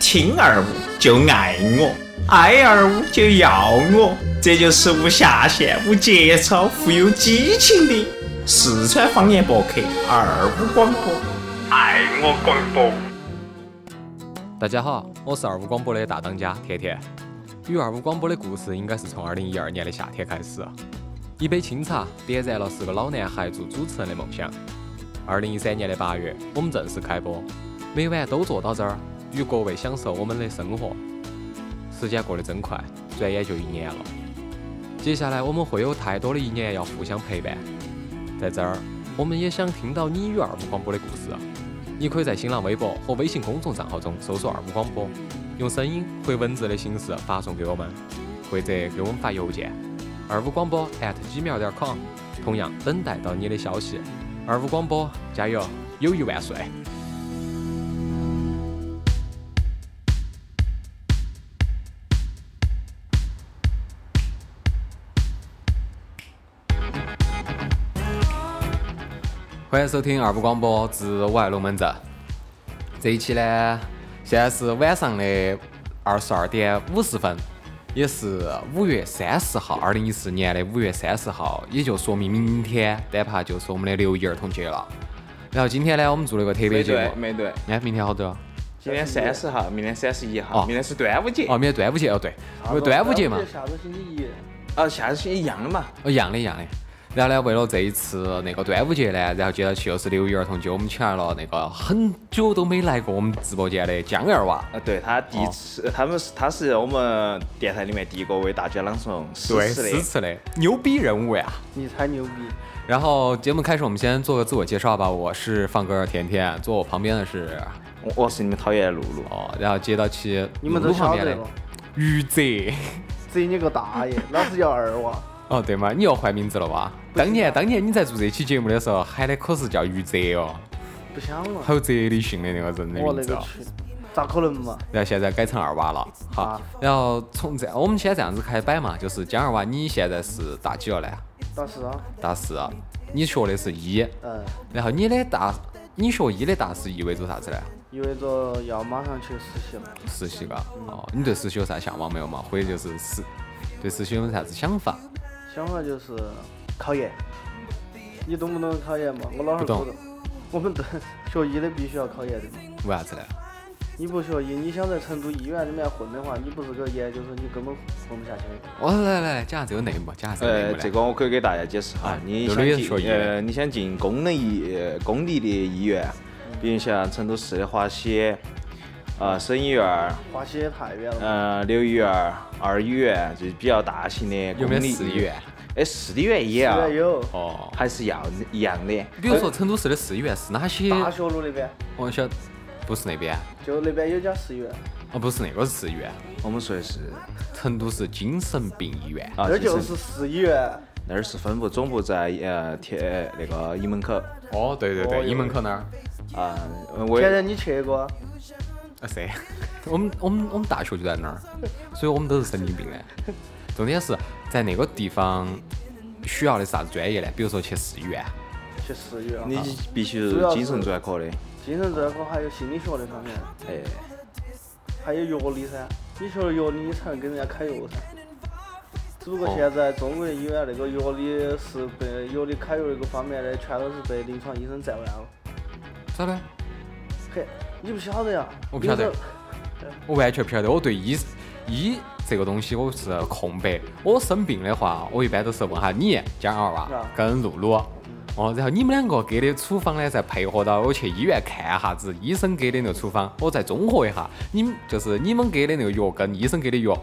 亲二五就爱我，爱二五就要我，这就是无下限、无节操、富有激情的四川方言博客二五广播，爱我广播。大家好，我是二五广播的大当家甜甜。与二五广播的故事应该是从二零一二年的夏天开始，啊一杯清茶点燃了四个老男孩做主持人的梦想。二零一三年的八月，我们正式开播，每晚都坐到这儿，与各位享受我们的生活。时间过得真快，转眼就一年了。接下来我们会有太多的一年要互相陪伴，在这儿，我们也想听到你与二五广播的故事。啊你可以在新浪微博和微信公众账号中搜索“二五广播”，用声音或文字的形式发送给我们，或者给我们发邮件二五广播 at gmail 点 com，同样等待到你的消息。二五广播，加油，友谊万岁！欢迎收听二五广播之我爱龙门阵。这一期呢，现在是晚上的二十二点五十分，也是五月三十号，二零一四年的五月三十号，也就说明明天单怕就是我们的六一儿童节了。然后今天呢，我们做了一个特别没节对，目。没对，哎，明天好多啊？今天三十号，明天三十一哦号，明天是端午节，哦，明天端午节哦，对，因为端午节嘛，下周星期一，啊，下次一样的嘛。哦，一样的，一样的。然后呢，为了这一次那个端午节呢，然后接到起又是六一儿童节，我们请来了那个很久都没来过我们直播间的江二娃。啊，对他第一呃次，他们是他是我们电台里面第一个为大家朗诵诗对，词诗的。词的牛逼人物呀！你才牛逼！然后节目开始，我们先做个自我介绍吧。我是放歌甜甜，坐我旁边的是我我是你们讨厌的露露，哦，然后接到起你们路都旁晓边得的了，于泽。贼你个大爷！老子叫二娃，哦，对嘛，你要换名字了哇？当年当年你在做这期节目的时候喊的可是叫于泽哦，不想 了。好有哲理性的那个人的我名勒字个哦。去，咋可能嘛？然后现在改成二娃了，好，啊然后从这样，我们先这样子开摆嘛，就是江二娃，你现在是大几了呢？但是啊，大四，你学的是医，嗯，然后你的大，你学医的大四意味着啥子呢？意味着要马上去实习了。实习嘎，哦，你对实习有啥向往没有嘛？或者就是实对实习有没有啥子想法？想法就是考研，你懂不懂考研嘛？我老汉儿不懂懂。我们这 学医的必须要考研的嘛。为啥子呢？你不学医，你想在成都医院里面混的话，你不是个研究生，你根本混不下去。我哦来来来，讲下这个内幕，哎讲下这个内呃，幕这来。个我可以给大家解释哈啊。你露想露也是学医进的呃，你想进公立医呃公立的医院，比如像成都市的华西，呃省医院，华西也太远了嘛。呃六医院、二医院，就是比较大型的有公没有立市医院？？哎，市医院也医要院，有，哦，还是要一样的。比如说成都市的市医院是哪些？大学路那边我晓，不是那边，就那边有家市医院，哦，不是那个是市医院，我们说的是成都市精神病医院。啊，这是就是市医院。那儿是分部，总部在呃天那个营门口哦，对对哦对，有你门口那儿。啊。我甜甜，你去过？啊，谁？我们我们我们大学就在那儿，所以我们都是神经病的。重点是在那个地方需要的是啥子专业呢？比如说去市医院，啊去市医院。你必须是精神专科的，精神专科还有心理学那方面，哎，还有药理噻。你学了药理，你才能给人家开药噻。只不过哦现在中国医院那个药理是被药理开药那个方面的，全都是被临床医生占完了。咋了？嘿，你不晓得呀？我不晓得有时候我完全不晓得，我对医医这个东西我是空白。我生病的话，我一般都是问下你江二娃啊跟露露，哦，然后你们两个给的处方呢，再配合到我去医院看下子医生给的那个处方，我再综合一下，你们就是你们给的那个药跟医生给的药，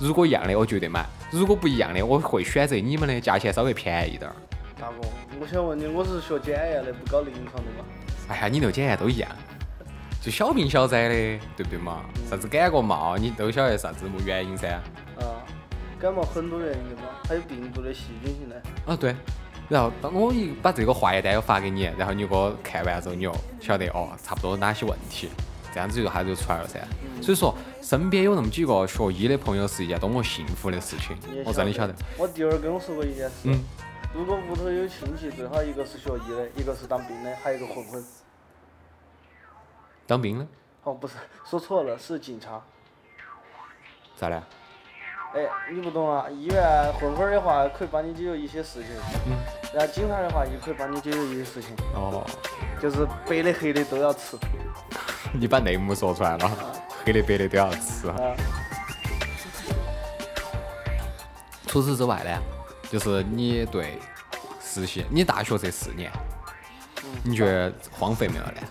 如果一样的我绝对买，如果不一样的我会选择你们的，价钱稍微便宜一点儿。大哥，我想问你，我是学检验的，不搞临床的嘛？哎呀，你那检验都一样，就小病小灾的，对不对嘛？啥子感冒冒，你都晓得啥子原因噻。啊，感冒很多原因的嘛，还有病毒的细菌性的。啊，对。然后当我一把这个化验单又发给你，然后你给我看完之后，你就晓得哦，差不多哪些问题，这样子就它就出来了噻。所以说，身边有那么几个学医的朋友是一件多么幸福的事情你也，我真的晓得。。我弟儿跟我说过一件事，嗯如果屋头有亲戚，最好一个是学医的，一个是当兵的，还有一个混混。当兵的，哦，不是，说错了，是警察。咋了？哎，你不懂啊，医院混混儿的话可以帮你解决一些事情，嗯，然后警察的话也可以帮你解决一些事情，哦，就是白的黑的都要吃。 你把内幕说出 来了，黑的白的都要吃。啊，除此之外呢，就是你对实习，你大学这四年，你觉得荒废没有呢？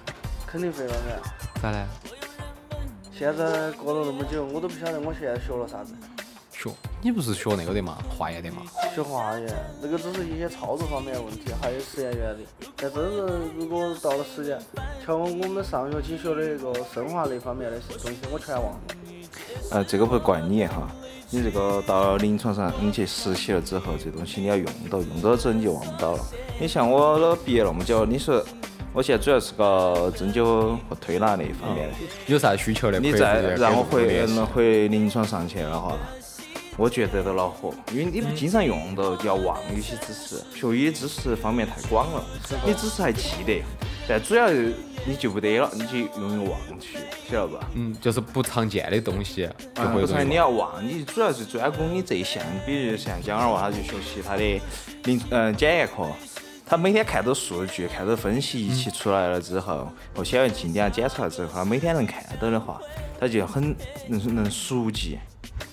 肯定废了噻。咋了？现在过了那么久，我都不晓得我现在学了啥子，学你不是学那个的嘛，化验的嘛？学化验，那个只是一些操作方面的问题，还有实验原理。但真正如果到了实践，像我们上学期学的那个生化那方面的东西，我全忘了。呃，这个不怪你哈，你这个到临床上你去实习了之后，这东西你要用到，用到了之后你就忘不到了。你像我都毕业那么久，你说我现在主要是搞针灸和推拿那一方面的，有啥需求的？你可以直再接让我给回联系嗯回临床上去的话，我觉得都恼火，因为你不经常用到，就要忘有些知识。学医知识方面太广了，你只是还记得，但主要你就不得了，你就容易忘记，晓得吧？嗯，就是不常见的东西就嗯，会不容易然忘你要忘，你主要是专攻你这一项，比如像江二娃，他就学习他的临嗯检验课，他每天看到数据，看到分析仪器出来了之后，和显微镜底下检查了之后，他每天能看到的话，他就很能能熟记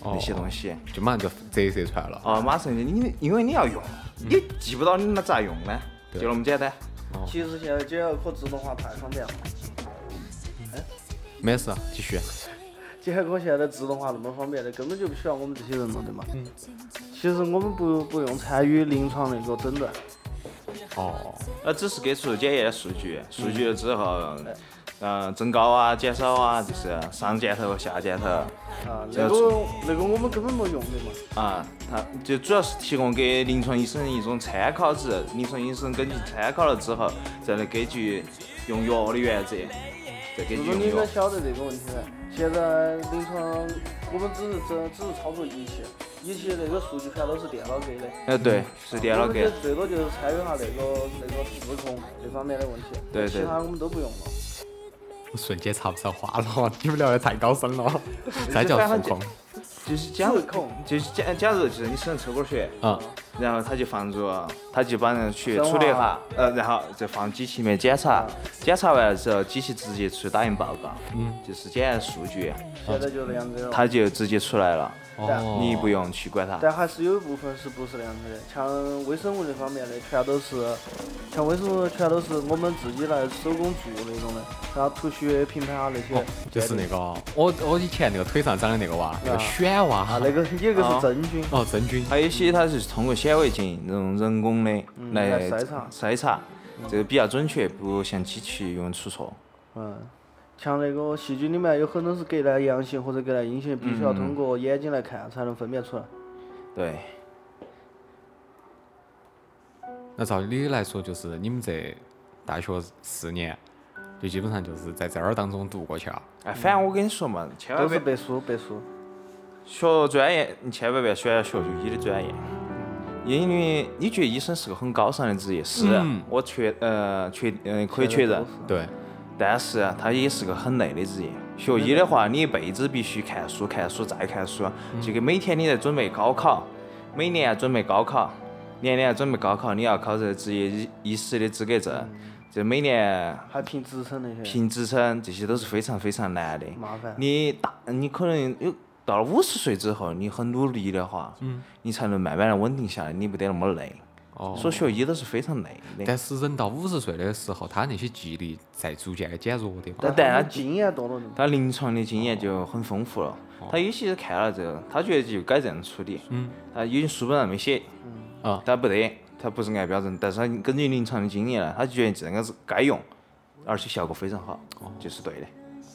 哦那些东西。就马上就折射出来了。哦，马上就你因为你要用，你记不到你那咋用呢？就那么简单。其实现在检验科自动化太方便了。没事，啊继续。结合我现在的自动化那么方便的，根本就不需要我们这些人了，对吗？嗯。其实我们不不用参与临床那个诊断，哦，那只是给出检验数据，数据了之后，嗯，增高啊、减少啊，就是上箭头、下箭头，啊，那这样个那个我们根本没用的嘛。啊，它就主要是提供给临床医生一种参考值，临床医生根据参考了之后，再来根据用药的原则，再根如据果你用应该药。晓得这个问题噻。现在临床我们只是只只是操作仪器，仪器那个数据全都是电脑给的，呃，对，是电脑给我们。最多就是参与下那个那个自控那方面的问题，对对其他我们都不用了。我瞬间插不上话了， 你们聊得太高深了。 啥叫浮空？就是假自如控，就是假假如就是你身上抽管血，啊，然后他就放入，他就帮人去生处理化嗯哈，呃，然后再放机器里面检查，检查完了之后，机器直接出去打印报告，嗯，就是检验数据，现在就那样子了。它就直接出来了，哦，你不用去管它。但还是有一部分是不是那样子的，像微生物这方面的，全都是，像微生物全都是我们自己来手工做那种的，然后图血品牌啊那哦些，就是那个我我以前那个腿上长的那个娃，那个癣啊娃，那个有一个是真菌， 哦，真菌。还有一些它是通过显微镜那种人工的来来筛查筛查，这个比较准确，不像机器容易出错。嗯，像那个细菌里面有很多是革来阳性或者革来阴性，必须要通过眼睛来看才能分辨出来。对，那照理来说，就是你们这大学四年，就基本上就是在这儿当中度过去了。哎，反正我跟你说嘛，千万都不是要背书背书，学专业，你千万不要选学医的专业，因为你觉得医生是个很高尚的职业，是、啊嗯我确呃确呃可以确认都，是对，但是啊它也是个很累的职业。学医的话，你一辈子必须看书、看书再看书，就跟每天你在准备高考，每年要准备高考，年年要准备高考，你要考这个职业医医师的资格证，这每年还凭职称那些，评职称，这些都是非常非常难的。麻烦。你大，你可能有到了五十岁之后，你很努力的话，你才能慢慢的稳定下来，你不得那么累。哦。所以学医都是非常累嗯的。但是人到五十岁的时候，他那些记忆力在逐渐的减弱的嘛。但但他他们经验多了的嘛，他临床的经验就很丰富了，他有些看了之后，他觉得就该这样处理。嗯。他有些书本上没写。嗯啊他不得，他不是按标准，但是他根据临床的经验呢，他就觉得这个是该用，而且效果非常好，哦就是对的。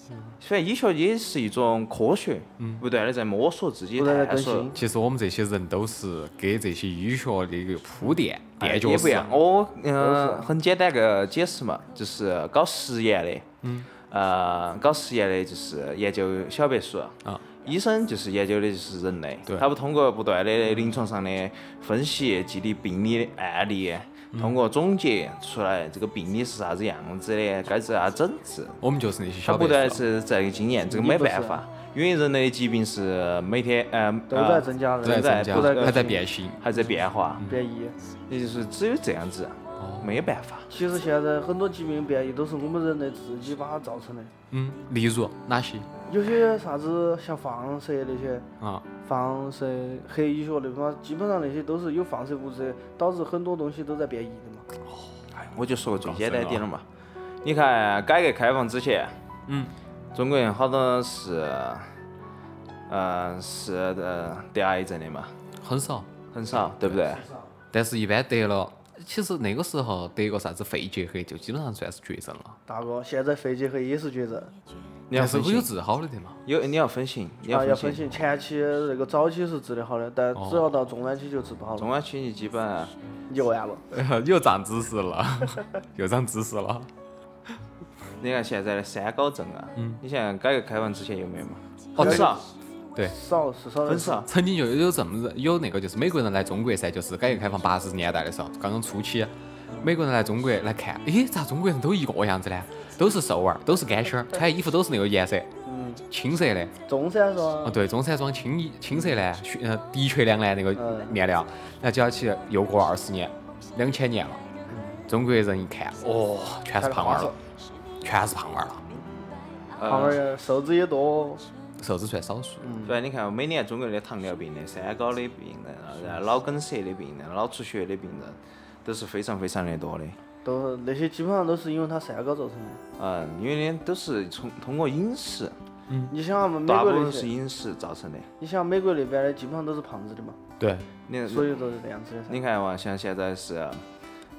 嗯虽然医学也是一种科学，不断的在摸索自己不断的探更索新。。其实我们这些人都是给这些医学的一个铺垫垫脚哎也不石一样。。我嗯、啊很简单个解释嘛，就是搞实验的，嗯，呃，搞实验的就是研究小白鼠啊。医生就是研究的就是人类对，他不通过不断的临床上的分析、记录病例案例，嗯通过总结出来这个病理是啥子样子的，该做啥整治。我们就是那些他小白不断鼠，嗯是这个经验，这个没办法，因为人类的疾病是每天呃都在增加都在的，在增不断加，更还在新变形。还在变化，嗯变异。也就是只有这样子，哦没有办法。其实现在很多疾病变异都是我们人类自己把它造成的，嗯，例如哪些有些啥子像放射那些，啊？放射黑医学那方，基本上那些都是有放射物质，导致很多东西都在变异的嘛。哎，我就说个最简单点的嘛。你看改革开放之前，嗯，中国人好多是，呃，是呃得癌症的嘛，很少，很少，对不对？但是一般得了，其实那个时候得个啥子肺结核，就基本上算是绝症了。大哥，现在肺结核也是绝症，你要但是分会有型，治好的得 嘛？有你要分型，你啊，要分分型，型。前期那个早期是治得好的，但只要到中晚期就治不好了，中晚期你基本上又完了。又长知识 了， 又长知识了。你看现在的三高症啊，你想改革开放之前有没有嘛？哦 很少，少是少很人少。少。曾经就有这么有那个，就是美国人来中国噻，就是改革开放八十年代的时候，刚刚初期，美国人来中国来看，诶，咋中国人都一个样子呢？都是瘦娃儿，都是干仙儿，穿衣服都是那个颜色，嗯，青色的。中山是哦，吧？对，中山装青衣青色呢，雪呃的确亮呢那个嗯面料，然后加起来又过二十年，两千年了，中国人一看，哦，全是胖娃儿了，全是胖娃儿了，旁呃，边人瘦子也多，瘦子算少数。对，你看每年中国的糖尿病的、三高的病人，啊然后脑梗塞的病人、脑出血的病人，都是非常非常的多的。都那些基本上都是因为他三高造成的。嗯，因为呢都是从通过饮食，你想我们美嗯大部国那分是些，饮食造成的。你想美国那边的基本上都是胖子的嘛，对，你所以都是这样子的噻。你看嘛，像现在是，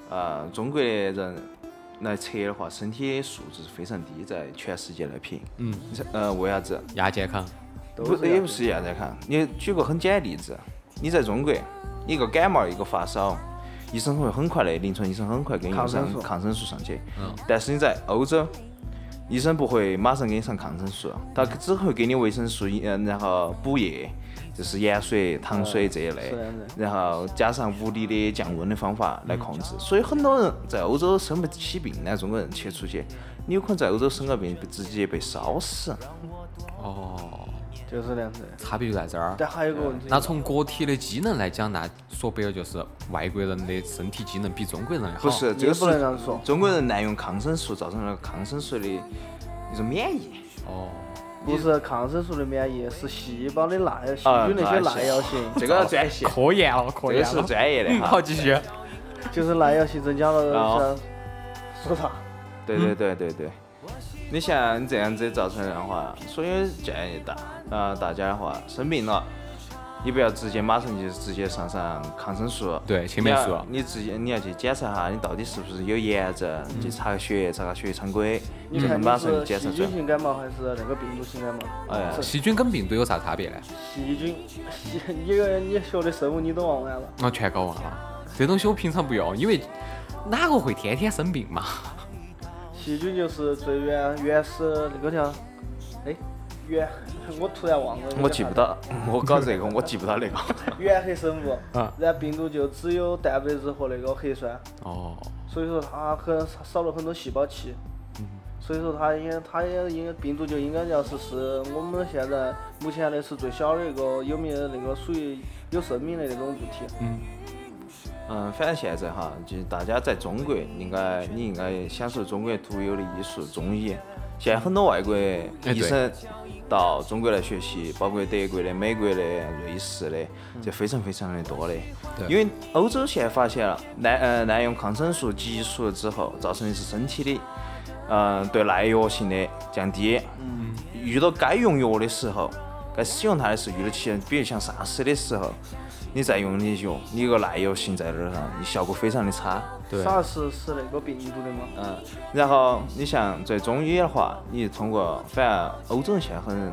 呃，中国的人来测的话，身体素质非常低，在全世界来评。嗯。呃，为啥子？亚健康，都不是也这不样是一样在看。你举个很简单的例子，你在中国，一个感冒，一个发烧，医生会很快的，临床医生很快给你用抗生上素抗生素上去。嗯但是你在欧洲，医生不会马上给你上抗生素，他只会给你维生素，嗯，然后补液，就是盐水、糖水这一嗯类是这样子，然后加上物理的降温的方法嗯来控制。所以很多人在欧洲生不起病呢，中国人去出去，你有可能在欧洲生个病，直接被烧死。哦，就是这样子的。差别就在这儿。但还有一个问题，那从个体的机能来讲，那说白了就是外国人的身体机能比中国人好。不是，嗯这也个不是能这样说，中国人滥用抗生素造成了抗生素的一种 免疫，哦，不是抗生素的免疫，是细胞的耐细啊菌那些耐耐性药性，这个专业，科研了，科 这个是专业嗯的哈。嗯继续。就是耐药性增加了哦噻。说啥？对对对对对，你嗯像你这样子造成的话，所以建议大呃大家的话，生病了。你不要直接马上就直接上上抗生素，对青霉素你要你直接你要去检查下你到底是不是有炎症，去查个血，查个血液常规，你才能看马嗯 你上就是检查细出来菌。性感冒还是那个病毒性感冒？哎是细菌跟病毒有啥差别呢？细菌，细 你个你学的生物你都忘完了。我哦全搞忘了。这东西我平常不用，因为哪个会天天生病嘛？细菌就是最原原始那个叫，哎，原我突然忘了。我记不。到，我搞这个我记不到那个。原黑生物啊，然后病毒就只有蛋白质和那个核酸，哦，所以说它很少了很多细胞器，嗯所以说它应该它也应该病毒就应该要是是我们现在目前的是最小的一个有名的那个属于有生命的那种物体，嗯，反正现在哈，就是大家在中国应该你应该享受中国独有的医术中医。现在很多外国医生到中国来学习，包括德国的、美国的、瑞士的，这非常非常的多的。因为欧洲现在发现了滥呃滥用抗生素激素了之后，造成的是身体的嗯、呃对耐药性的降低。嗯。遇到该用药的时候，该使用它的时候，遇到其比如像沙士的时候，你再用你的药，你有个耐药性在那儿上，你效果非常的差。对啥是是那个病毒的嘛？嗯，然后你像在中医的话，你通过反正欧洲人现在很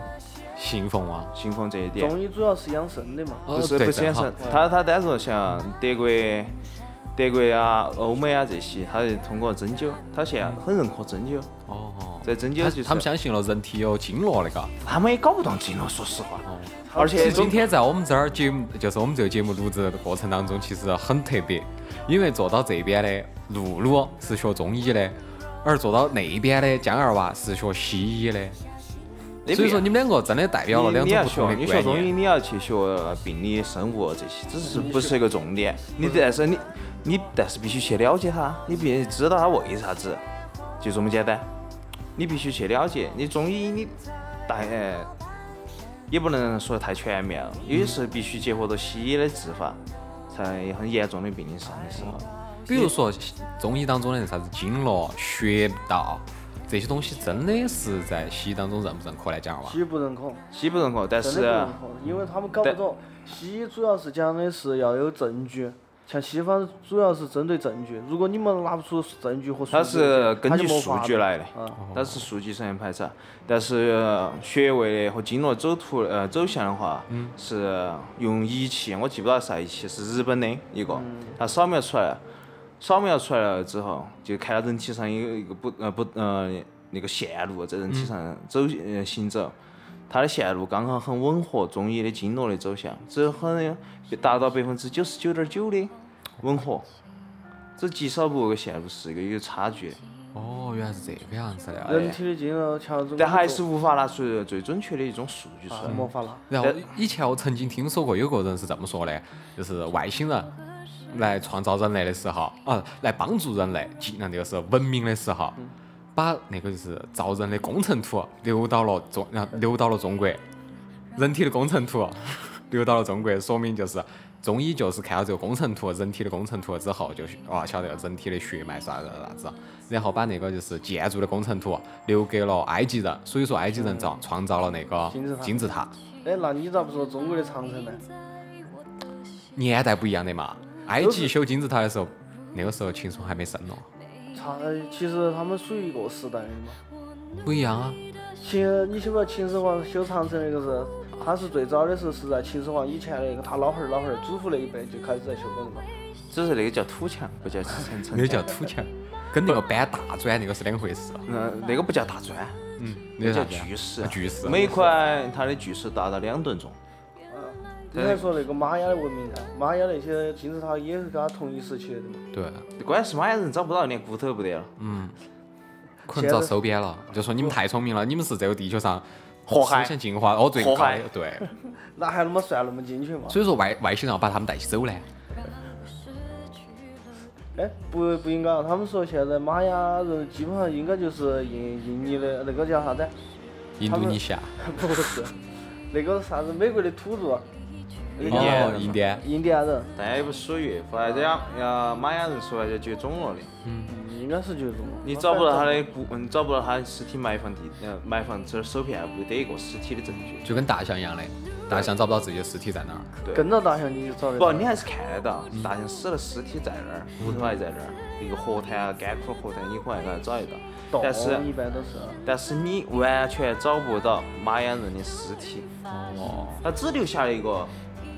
信奉啊。信奉这一点，中医主要是养生的嘛，哦不是对不是的养生哈，他他单说像德国、德国啊、欧美啊这些，他就通过针灸，他现在很认可针灸，哦，在针灸他就是他们相信了人体有经络那个。他们也搞不懂经络，说实话，嗯而其且实今天在我们这儿节目，就是我们这个节目录制的过程当中，其实很特别。因为坐到这边的露露是学中医的，而坐到那边的江二娃是学西医的。那所以说不一样你们两个真的代表了两你你种要不同学，的你学中观医，念。你要去学病理、生物这些，只是不是一个重点。你但是你你但是必须去了解它，你必须知道它为啥子，就这么简单。你必须去了解。你中医你大概也不能说太全面了，有些是必须结合到西医的治法，在很严重的病情上的时候。比如说中医当中的啥子经络、穴道这些东西，真的是在西医当中认不认可呢？江二娃，西医不认可，西不认可，但真是的啊不认可，因为他们搞不懂。西医主要是讲的是要有证据，像西方主要是针对证据。如果你们拿不出证据和数据，它是根他据就没数法据了来的嗯，它是数据上面排查，但是呃穴位的和经络走图呃走向的话，是用仪器，我记不到啥仪器，是日本的一个，它扫描出来了，扫描出来了之后，就看到人体上有一个不呃不呃那个线路在人体上走呃行走，它的线路刚好很吻合中医的经络的走向，只有很达到百分之九十九点九的吻合。这极少部个线路是一个有差距的，哦，原来是这个样子的。哎人体的经络强但还是无法拿出最准确的一种数据出啊来。没法拿。然后以前我曾经听说过有个人是这么说的，就是外星人来创造人类的时候，啊，来帮助人类进入这个是文明的时候，嗯把那个就是造人的工程图留到了中，然后留到了中国，人体的工程图留到了中国，说明就是中医就是看到这个工程图，人体的工程图之后就啊晓得人体的血脉啥子啥子，然后把那个就是建筑的工程图留给了埃及人，所以说埃及人造创造了那个嗯金字塔金字塔。哎，那你咋不说中国的长城呢？年代不一样的嘛。埃及修金字塔的时候，那个时候秦始皇还没生咯，长，呃其实他们属于一个时代的嘛。不一样啊。秦，你晓不晓得秦始皇修长城那个是？他是最早的时候是在秦始皇以前的，他老汉儿老汉儿祖父那一辈就开始在修那个嘛。只是那个叫土墙，不叫城城。那个叫土墙，跟那个搬大砖那个是两回事。嗯，那个不叫大砖，嗯，那那个个叫啥子啊巨石啊。巨石。每块它的巨石达到两吨重。你还说那个玛雅的文明呢？啊玛雅那些金字塔也是跟他同一时期的嘛。对，啊关键是玛雅人找不到，连骨头都不得了。嗯可能遭收编了。就说你们太聪明了，你们是这个地球上祸害思想进化哦最高祸害的。对，那还那么算那么精确嘛？所以说外外星人要把他们带起走呢。哎，不不应该啊！他们说现在玛雅人基本上应该就是印印尼的那个叫啥子？ 印度尼西亚，不是，那个啥子美国的土著，啊印第安哦，人印嘛，第安，印第安人，大家也不属于，后来这样，呃，玛雅人说来就绝种了的。嗯应该是就是这种。你找不到他的骨，嗯，找不到他的尸体埋放地，呃，埋放这儿手片不得一个尸体的证据。就跟大象一样的，大象找不到自己的尸体在哪儿。对跟着大象你就找得不，到。你还是看得到，嗯大象死了，尸体在那儿，骨头还在那儿，一个河滩啊，干枯的河滩，你可能还能找得到。但是洞一般都是啊但是你完全找不到玛雅人的尸体，哦，他只留下了一个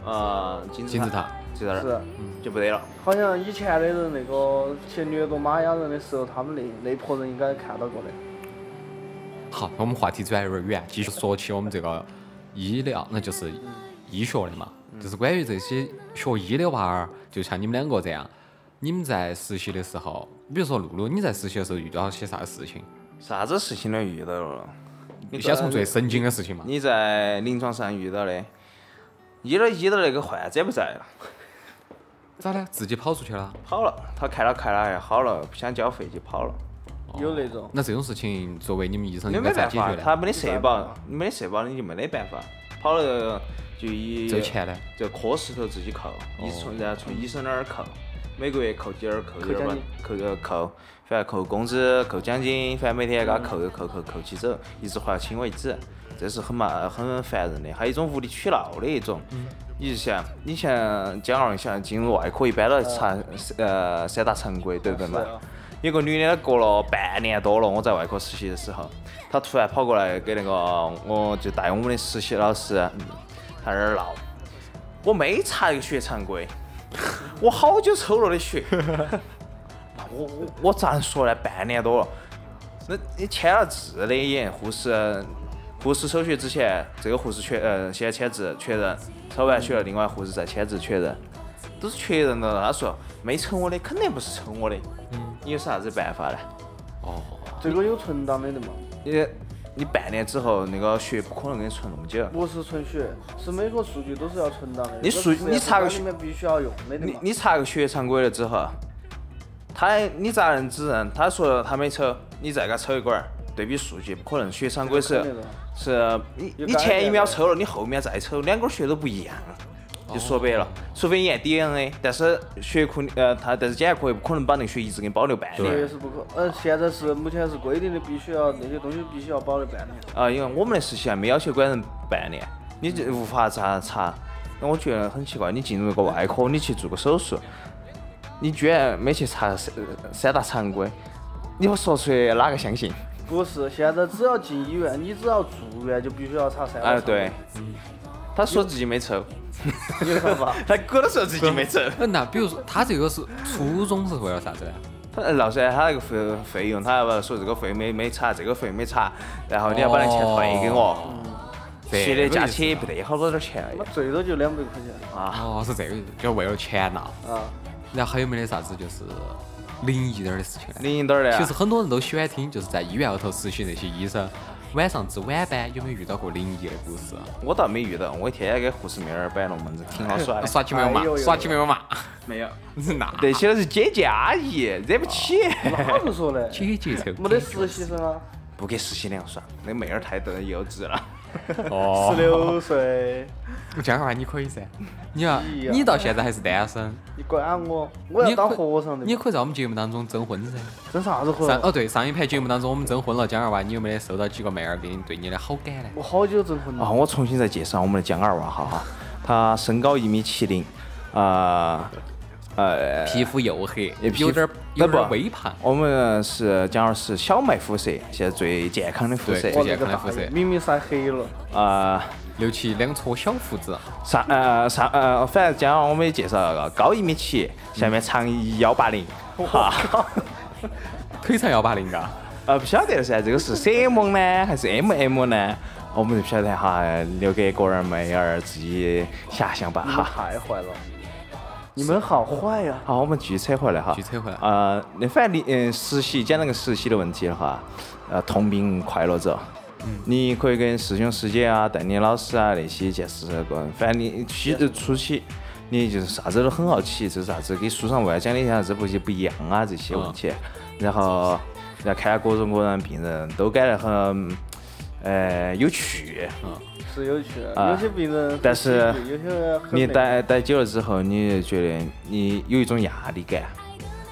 呃金字金字塔就在那是儿，，就没得了。好像以前的人那个去掠夺玛雅人的时候，他们那那波人应该看到过的。好，我们话题转得有点远，继续说起我们这个医疗，那就是医学的嘛，嗯就是关于这些学医的娃儿，就像你们两个这样，你们在实习的时候，比如说露露，你在实习的时候遇到些啥事情？啥子事情都遇到了。你先从最神经的事情嘛，你在临床上遇到的，医了医了那个患者不在了，咋的？自己跑出去了？跑了，他看了看了还好了，不想交费就跑了。哦有那种，那这种事情，作为你们医生你应该没咋办解法，决他呢？没得社保，你没得社保你就没得办法，跑了就以走钱呢？就磕石头自己扣，哦你从然后从医生那儿扣，每个月扣几儿扣扣几儿吧奖，扣呃扣，反正扣工资、扣奖金，反正每天给他嗯扣扣扣扣起走，一直还到清为止，这是很麻很烦人的。还有一种无理取闹的一种，嗯你就像你像江二像进入外科一般都要查呃三大常规，对不对嘛是啊？有个女的，她过了半年多了，我在外科实习的时候，她突然跑过来给那个我就带我们的实习老师，嗯她在那儿闹，我没查那个血常规，我好久抽了的血，我我我咋能说呢？半年多了，那你签了字的也，护士护士手续之前，这个护士确呃先签字确认，抽完血了，另外护士再签字确认。都是确认了。他说没抽我的，肯定不是抽我的。你有啥子办法呢？哦，这个有存档的的嘛？你你半年之后那个血不可能给你存那么久。不是存血，是每个数据都是要存档的。你数这个实验你查个室里面必须要用的的你嘛？你查个血常规了之后，他你咋能指认？他说他没抽，你再给他抽一管儿，对比数据，不可能血常规是这个肯定的是你有你感染前一秒的哦抽了，你后面再抽，两管血都不一样。啊就说白了，除非你验 DNA，但是血库呃，他但是检验科也不可能把那个血一直给你保留半这年个是不可，呃，现在是目前是规定的，必须要那些东西必须要保留半年。啊、因为我们的实习还没要求管人半年，你这无法查查。那我觉得很奇怪，你进入一个外科，你去做个手术，你居然没去查三三大常规，你说出来哪个相信？不是，现在只要进医院，你只要住院就必须要查三啊、个对，他说自己没抽，你知道吧？他哥都说自己没抽。哎，那比如说他这个是初衷是为了啥子呢？他老师，他那个费费用，他要不要说这个费没没查，这个费没查，然后你要把那钱退给我，这学个的意思加起也不得好多点钱而已那最多就两百块钱啊。哦，是这个意思，就是为了钱呐。啊。然后还有没得啥子就是灵异点儿的事情呢？零一点儿的啊，其实很多人都喜欢听，就是在医院后头实习那些医生晚上值晚班，有没有遇到过灵异的故事？啊我倒没遇到，我天天给护士妹儿摆龙门阵，挺好 耍的。啊耍起没有哎嘛呦？呦耍起没有嘛？没有，那那些是接家医，惹不 起，哪不说 嘞？姐姐这没得实习生啊，不给实习粮耍，那妹儿太得幼稚 了。哦十，六岁，这样的话你可以噻。你要哎呀你到现在还是单身，你管我？你我要也当可以和尚的你也嘛，可以在我们节目当中征婚噻。整啥子和上尚？哦对，上一盘节目当中我们征婚了，江二娃，你有没得收到几个妹儿给你对你的好感呢？我好久整婚啊，了，我重新再介绍我们的江二娃哈哈，她身高一米七零，啊，呃，皮肤黝黑也，皮有点儿有那不点儿微胖。我们是讲的是小麦肤色，现在最健康的肤色对最我那健个康的大肤色爷明明晒黑了，啊。留起两撮小胡子，上呃上呃，反正江二娃我们也介绍了，高一米七，下面长幺八零，哈，腿长幺八零嘎。呃不晓得噻，这个是 C M 呢还是 M M 呢？我们就不晓得哈，留给个人妹儿自己遐想吧你们哈。太坏了，你们好坏呀！好，我们继续扯回来哈。继续扯回来呃，那反正你嗯，实习讲那个实习的问题的话，呃，同病快乐着。你可以跟师兄师姐啊、带你老师啊那些见识个人，反正你去呃出去，你就是啥子都很好奇，这是啥子跟书上为啥讲的啥子不不一样啊这些问题，然后然后看下各种各样的病人，都感觉很呃有趣。是有趣的，啊有些病人很但是喜剧有些很你那个待待久了之后，你就觉得你有一种压力感。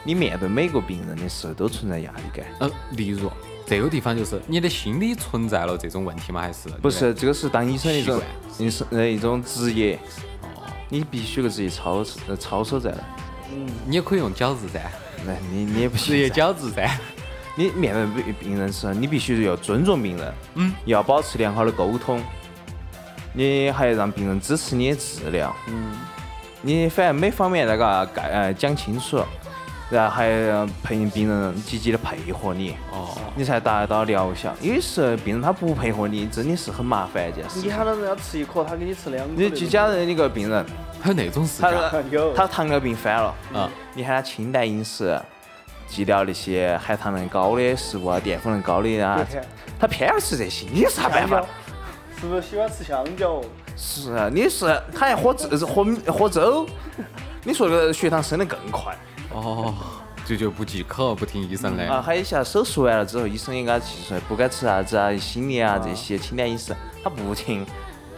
你面对每个病人的时候都存在压力感，呃，例如这个地方就是你的心理存在了这种问题吗？还是不是这个是当医生的一种习哦医生的一种职业，你必须给自己操呃操守在那儿。你也可以用饺子噻，那你你也不职业行噻，饺子噻。你面对病病人的时候，你必须要尊重病人，嗯，要保持良好的沟通，你还要让病人支持你的治疗，嗯，你反正每方面那个概呃讲清楚，然后还要陪病人积极的配合你，哦，你才达到疗效。有时候病人他不配合你，真的是很麻烦一件事你。喊到人家吃一颗，他给你吃两颗哎那你种。就假如那个病人，还有那种事他情有他糖尿病犯了，啊，你喊他清淡饮食，忌掉那些含糖量高的食物啊、淀粉量高的啊对，哎他偏要吃这些，你有啥办香法蕉？，是不是喜欢吃香蕉？是啊，你是他还喝粥喝喝粥，你说这个血糖升得更快哦，这就不忌口，不听医生啊！的。还有像手术完了之后，医生也给他提出来不该吃啥子啊、心理啊这些清淡饮食，他不听。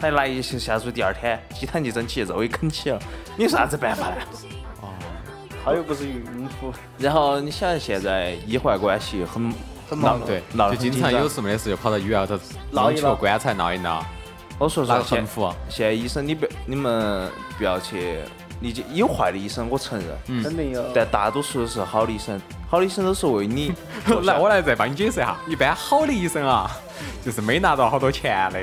他来一些下属第二天，鸡蛋就蒸起，肉也啃起了，你有啥子办法呢？他又不是孕妇，然后你想现在医患关系很很忙对，闹得就很经紧常有张。事没得事就跑到医院后头闹弄一起闹个棺材闹一闹，我说实拿话个横 现 幅。现在医生你不你们不要去理解有坏的医生，我承认，肯定有。嗯但大多数是好的医生，好的医生都是为你 着来，想。我来再帮你解释一下。一般好的医生啊，就是没拿到好多钱啊的，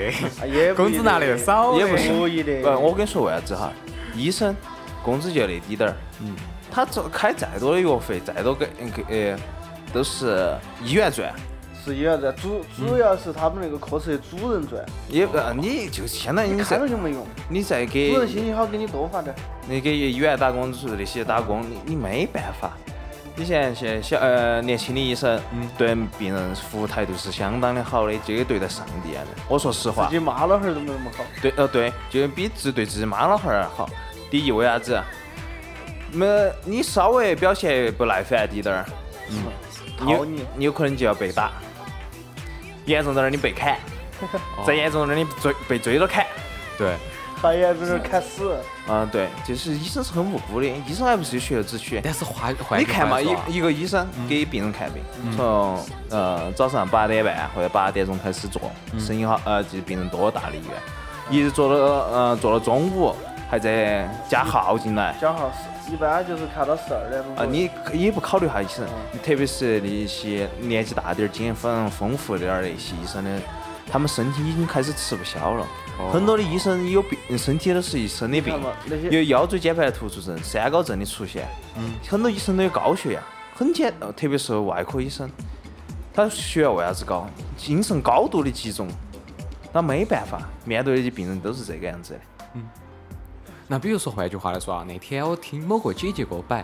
也不工一资定拿的少的，也不可以的。呃，我跟你说为啥子哈？医生工资就那滴点儿，嗯，他这开再多的药费，再多给给呃，都是医院赚，是一样的，主主要是他们那个课程主任转，也不，你就相当于你你看了在就没用，你在给主任心情好给你多发点。你给医院打工族那些打工，你你没办法。以前现小呃年轻的医生，嗯对病人服务态度是相当的好的，就跟对待上帝一样的。我说实话自己，妈老汉儿都没那么好，对呃对，就比自对自己妈老汉儿好。第一为啥子？没你稍微表现不耐烦滴点儿，你有讨你。你有可能就要被打。严重点儿你被砍，再严重点儿你追被追着砍。 对，还有就是砍死，嗯，对，就是医生是很无辜的，医生还不是有血肉之躯。但是换换你一个看嘛，方式啊一一个医生给病人看病，从呃早上八点半或者八点钟开始做，生意好呃就是病人多大的医院，一直做到呃做到中午，还在加号进来。讲好是一般就是看到十二点钟。啊，你可也不考虑下医生，特别是那些年纪大点儿、经验丰丰富点儿那些医生的，他们身体已经开始吃不消了。很多的医生有病，身体都是一身的病看嘛那些，有腰椎间盘突出症、三高症的出现。很多医生都有高血压，很简，呃特别是外科医生，他血压为啥子高？精神高度的集中，那没办法，面对的病人都是这个样子的。那比如说，换句话来说啊，那天我听某个姐姐给我摆，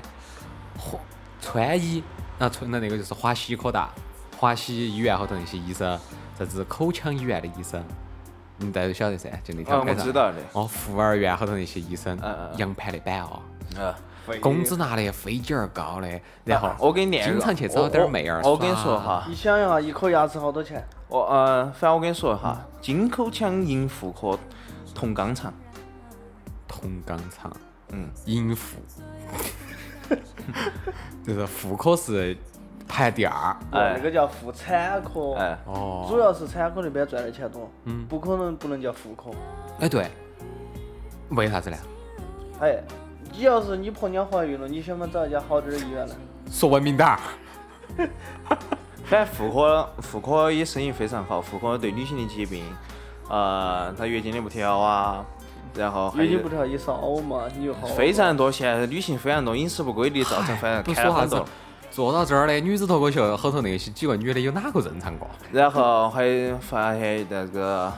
花川医啊，穿的那个就是华西科大、华西医院后头那些医生，啥子口腔医院的医生，嗯你们大家都晓得噻，就那条啊街我上。知道的哦，妇儿院后头那些医生嗯嗯，洋盘的板哦，啊，工资拿的飞几儿高的，然后我给你念一个，经常去找点儿妹儿我我我跟你说耍哈，你想一下，一颗牙齿好多钱？我呃，反正我跟你说哈，金口腔银妇科同肛肠，铜肛肠，嗯，银 妇，就是妇科是排第二，哎那个叫妇产科。哎，嗯哦，主要是产科那边赚的钱多，不可能不能叫妇科。哎对，为啥子呢？哎，你要是你婆娘怀孕了，你想不想找一家好点儿的医院呢？说文明点儿。反正妇科妇科也生意非常好，妇科对女性的疾病，呃，她月经的不调啊，然后还月经有不调一烧嘛，你就好。非常多，现在女性非常多，饮食不规律造成反正不开说了啥很子多，，坐到这儿的女子脱口秀后头那些几个女的有哪个正常过？然后还发现那个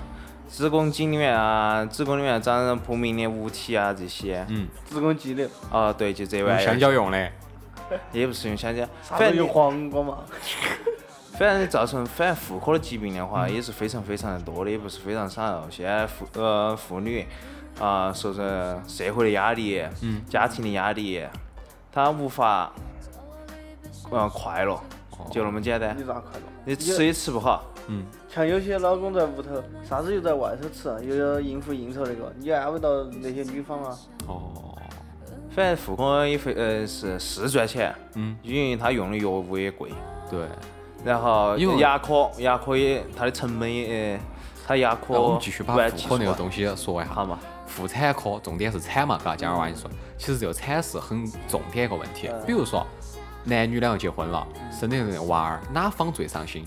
子宫颈里面啊，子宫里面长着不明的物体啊这些，嗯，子宫肌瘤，啊，对，就这玩用意香儿，蕉用的，也不是用香蕉，啥反都正有你黄瓜嘛。反正造成反正妇科的疾病的嗯话，也是非常非常的多的，也不是非常少。现在妇呃妇女啊，受着社会的压力，嗯，家庭的压力，她无法呃快乐，哦就那么简单你。咋快乐？你吃也吃不好，像有些老公在屋头，啥子又在外头吃，啊又要应付应酬那个，你安慰到那些女方啊，哦，反正妇科也非呃是是赚钱，嗯，因为她用的药物也贵，对，然后因为牙科牙科也它的成本也，呃它牙科那我们继续把乱妇七科那个八糟东西说一下好嘛。妇产科重点是产嘛，嘎，加尔娃你说，其实这个产是很重点一个问题。比如说，男女两个结婚了，生的那个娃儿，哪方最伤心？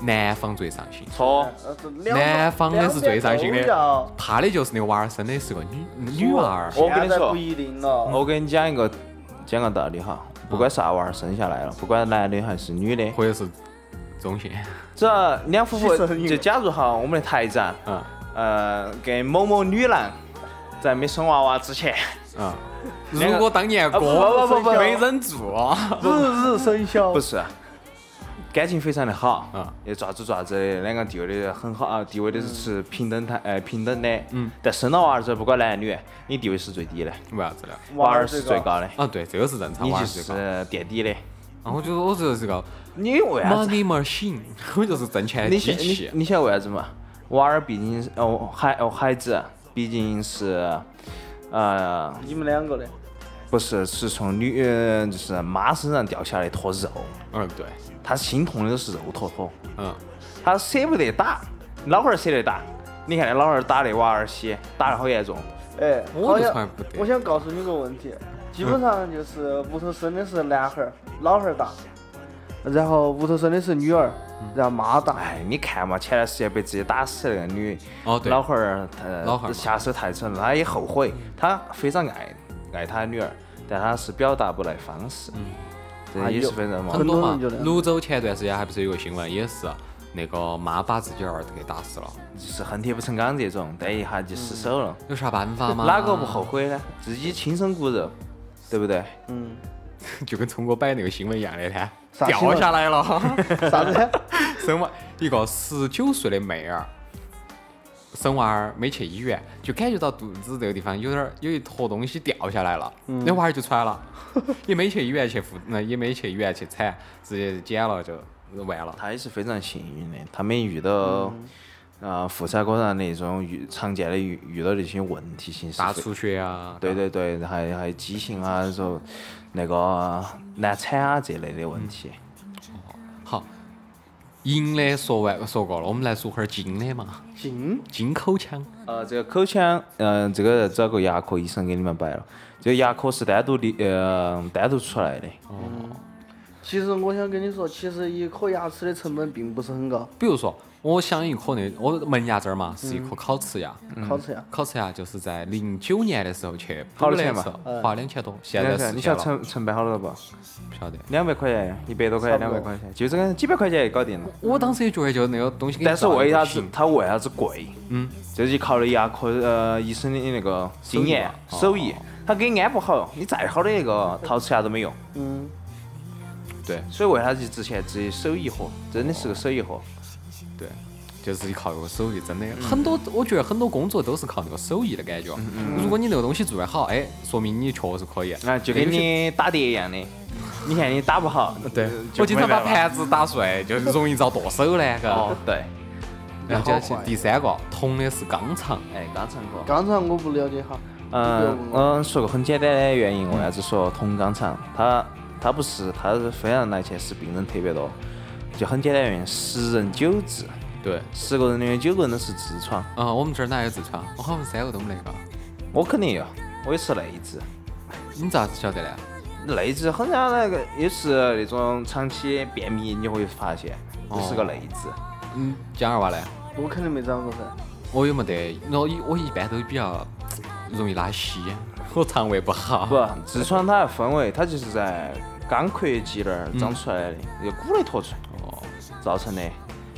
男方最伤心，错。呃是两男方的是最伤心两边都要的，怕的就是那个娃儿生的是个女女娃儿。我跟你现在说哦不一定了。我跟你讲一个讲个道理哈，不管啥娃儿生下嗯来了，不管男的还是女的，或者是中性，只要两夫妇牺牲一个就假如哈，我们的台长，嗯呃，跟某某女郎在没生娃娃之前， 嗯。啊那个如果当年啊哥不不不不不没忍住，日日生肖哦不是，啊感情非常的好，嗯也爪子爪子的，两个地位的很好啊，地位都是嗯持平等态，呃，平等的，嗯，但生了娃儿之后，不管男女，你地位是最低的，为啥子呢？娃儿是最高的，啊，对，这个是正常你娃就儿最是高。垫底的，啊，我觉得我觉得这个你为啥子 money machine，我 就是挣钱的你机想器你。你晓得为啥子嘛？娃儿毕竟是哦孩哦孩子毕竟是呃你们两个的，不是是从女呃就是妈身上掉下来一坨肉，嗯，对，他心痛的都是肉坨坨，嗯，他舍不得打，老汉儿舍得打。你看那老汉儿打那娃儿些，打得好严重。哎，我好就像穿不得我想告诉你个问题，基本上就是屋头生的是男孩儿，老汉儿大，然后屋头生的是女儿，嗯然后妈大。哎，你看嘛，前段时间被自己打死那个女，哦对老汉儿呃老汉儿嘛下手太深，他也后悔，他非常爱爱他女儿，但他是表达不来方式。这也是分人嘛嗯还有。很多嘛很多人就这。样泸州前段时间还不是有个新闻，也是那个妈把自己儿子给打死了，就是恨铁不成钢这种，但一下就失手了，有啥办法吗？哪个不后？悔呢？自己亲生骨肉，对不对？嗯， 就跟中国摆那个新闻一样的噻，啥新掉闻下来了。 啥子？ 生娃一个十九岁的妹儿，生娃儿没去医院，就感觉到肚子这个地方有点儿有一坨东西掉下来了，嗯那娃儿就出 来了，也没去医院去复，那也没去医院去采，直接捡了就完了。他也是非常幸运的，他没遇到嗯啊妇产科上那种遇常见的遇遇到那些问题性大事故。出血啊，对对对，还还有畸形啊，说那个难产啊这类的问题。好，银的说完说过了，我们来说会儿金的嘛，金金口腔。呃，这个口腔，嗯、这个找个牙科医生给你们摆了。这个牙科是单独的，呃，单独出来的。嗯其实我想跟你说，其实一颗牙齿的成本并不是很高，比如说，我想一颗那我门牙这儿嘛，是一嗯颗烤瓷牙。烤瓷牙。烤瓷牙啊就是在零九年的时候去补花了的时钱嘛候花两千多，啊现在两千四你千晓了得，成成本好多吧？不晓得。两百块钱，一百多块钱，差两不百多块钱，就这个几百块钱就搞定了。我当时也觉得就那个东西给你但是为啥造子一个它为啥子贵？嗯，这就靠了牙科呃医生的那个经验哦手艺嘛手艺，他给你安不好，你再好的那个陶瓷牙都没用。嗯，屏？对所以为啥子之前这手艺活，真的是个手艺活。对，嗯就是靠那个手艺，真的很多，我觉得很多工作都是靠那个手艺的感觉。如果你那个东西做得好，哎，说明你确实可以。哦啊，就跟嗯那个是你打碟一样的，你看你打 不好，对就，我经常把。就没办法盘子打碎，就是容易遭剁手呢，嘎哦。，对，然后接下去第三个，铜的是肛肠，哎，刚唱过。刚才我不了解哈。嗯你不要问我嗯，说个很简单的原因，为啥子说铜肛肠？它它不是，它是非常难去，是病人特别多，就很简单的原因，十人九痔，对。十个人里面有九个人都是痔疮，嗯，我们这儿哪有痔疮？我好像三个都没得，嘎。我肯定有，我也是内痔，你咋子晓得呢？内痔很像那个也是那种长期便秘，你会发现这是个内痔。嗯，江二娃呢？我肯定没长过噻。我有没得？我一我一般都比较容易拉稀，我肠胃不好。不，痔疮它还分为，它就是在肛括肌那儿长出来的，有骨类脱垂哦，造成的。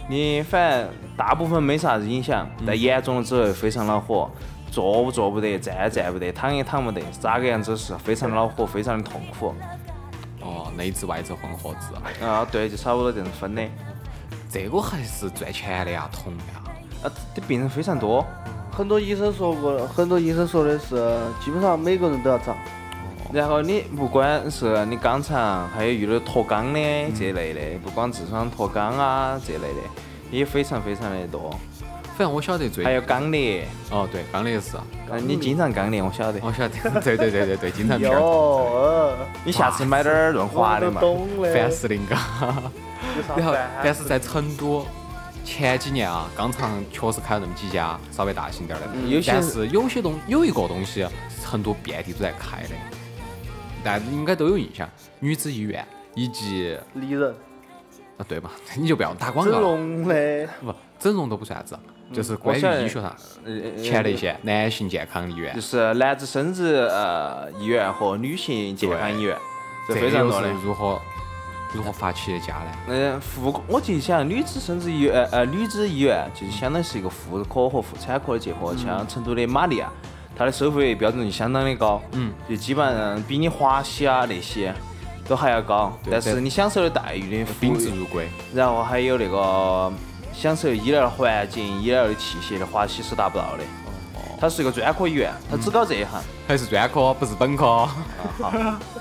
你反正大部分没啥子影响，但严重了之后非常恼火，坐坐不得，站也站不得，躺也躺不得，咋个样子是非常恼火，非常的痛苦。哦，内痔外痔混合痔，啊，对，就差不多这种分的。这个还是赚钱的呀，痛呀。啊，这病人非常多。很多医生说过，很多医生说的是，基本上每个人都要长。然后你不管是你肛肠，还有遇到脱肛的这类的，不光痔疮脱肛啊这类的，也非常非常的多。反正我晓得最还有肛裂，哦，对，刚的也是，啊，你经常肛裂，我晓得。我晓得， 对对对对对，经常有，片儿呃你下次买点儿润滑我的都嘛。懂嘞。凡士林 嘎。有啥然后，啊但办？是在成都前几年啊，肛肠确实开了那么几家稍微大型点儿的，有些但是嗯有些东有一个东西，啊成都遍地都在开的，大家应该都有印象，女子医院以及丽人啊对嘛， 你就不要打广整告了，容的，不整容都不算啥子，就是嗯我关于晓得医学上呃前列腺男性健康医院就。是男子生殖呃医院和女性健康医院，这这非常又多是的。如何如何发起的家呢？嗯，妇科我就想女子生殖医院呃女子医院就是相当于是一个妇科和妇产科的结合，像成都的玛丽亚，它的收费标准就相当的高，嗯，就基本上比你华西啊那些都还要高，对但对是你享受的待遇的服务宾至如归，然后还有那个享受医疗环境、医疗的器械的华西是达不到的。它是一个专科医院，它只搞这一行。还是专科，不是本科。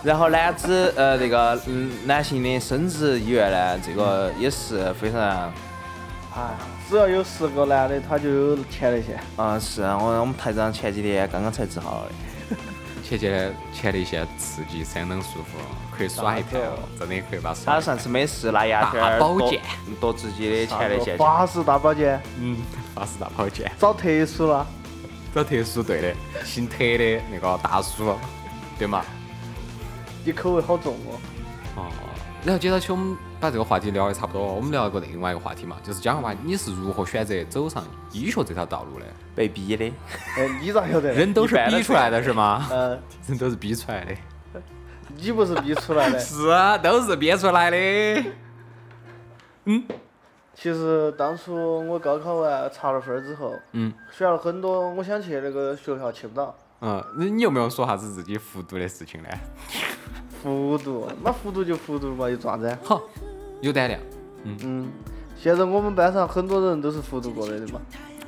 然后男子呃那个嗯男性的生殖医院呢，这个也是非常哎，只要有十个男的，他就有前列腺。啊、是啊我我们台长前几天刚刚才治好的。前前前列腺刺激相当舒服，可以耍一盘哦，真的可以把耍他一盘。上次没事拿牙签大儿保剁健剁自己的前列腺。八十大保健，嗯，八十大跑健，找特殊了。找特殊队的，姓特的那个大叔，对嘛？你口味好重哦。哦，然后接到起我们把这个话题聊得差不多了，我们聊一个另外一个话题嘛，就是江二娃，你是如何选择走上医学这条道路的？被逼的，哎，你咋晓 得？人都是一般的 逼出来的是吗？呃，人都是逼出来的。你不是逼出来的。 是啊，都是憋出来的。其实当初我高考完查了分儿之后，嗯选了很多我想去的那个学校去不到。 嗯，你你有没有说啥子自己复读的事情呢？复读，那复读就复读嘛，又咋子？ 好，有胆量。嗯，现在我们班上很多人都是复读过来的嘛，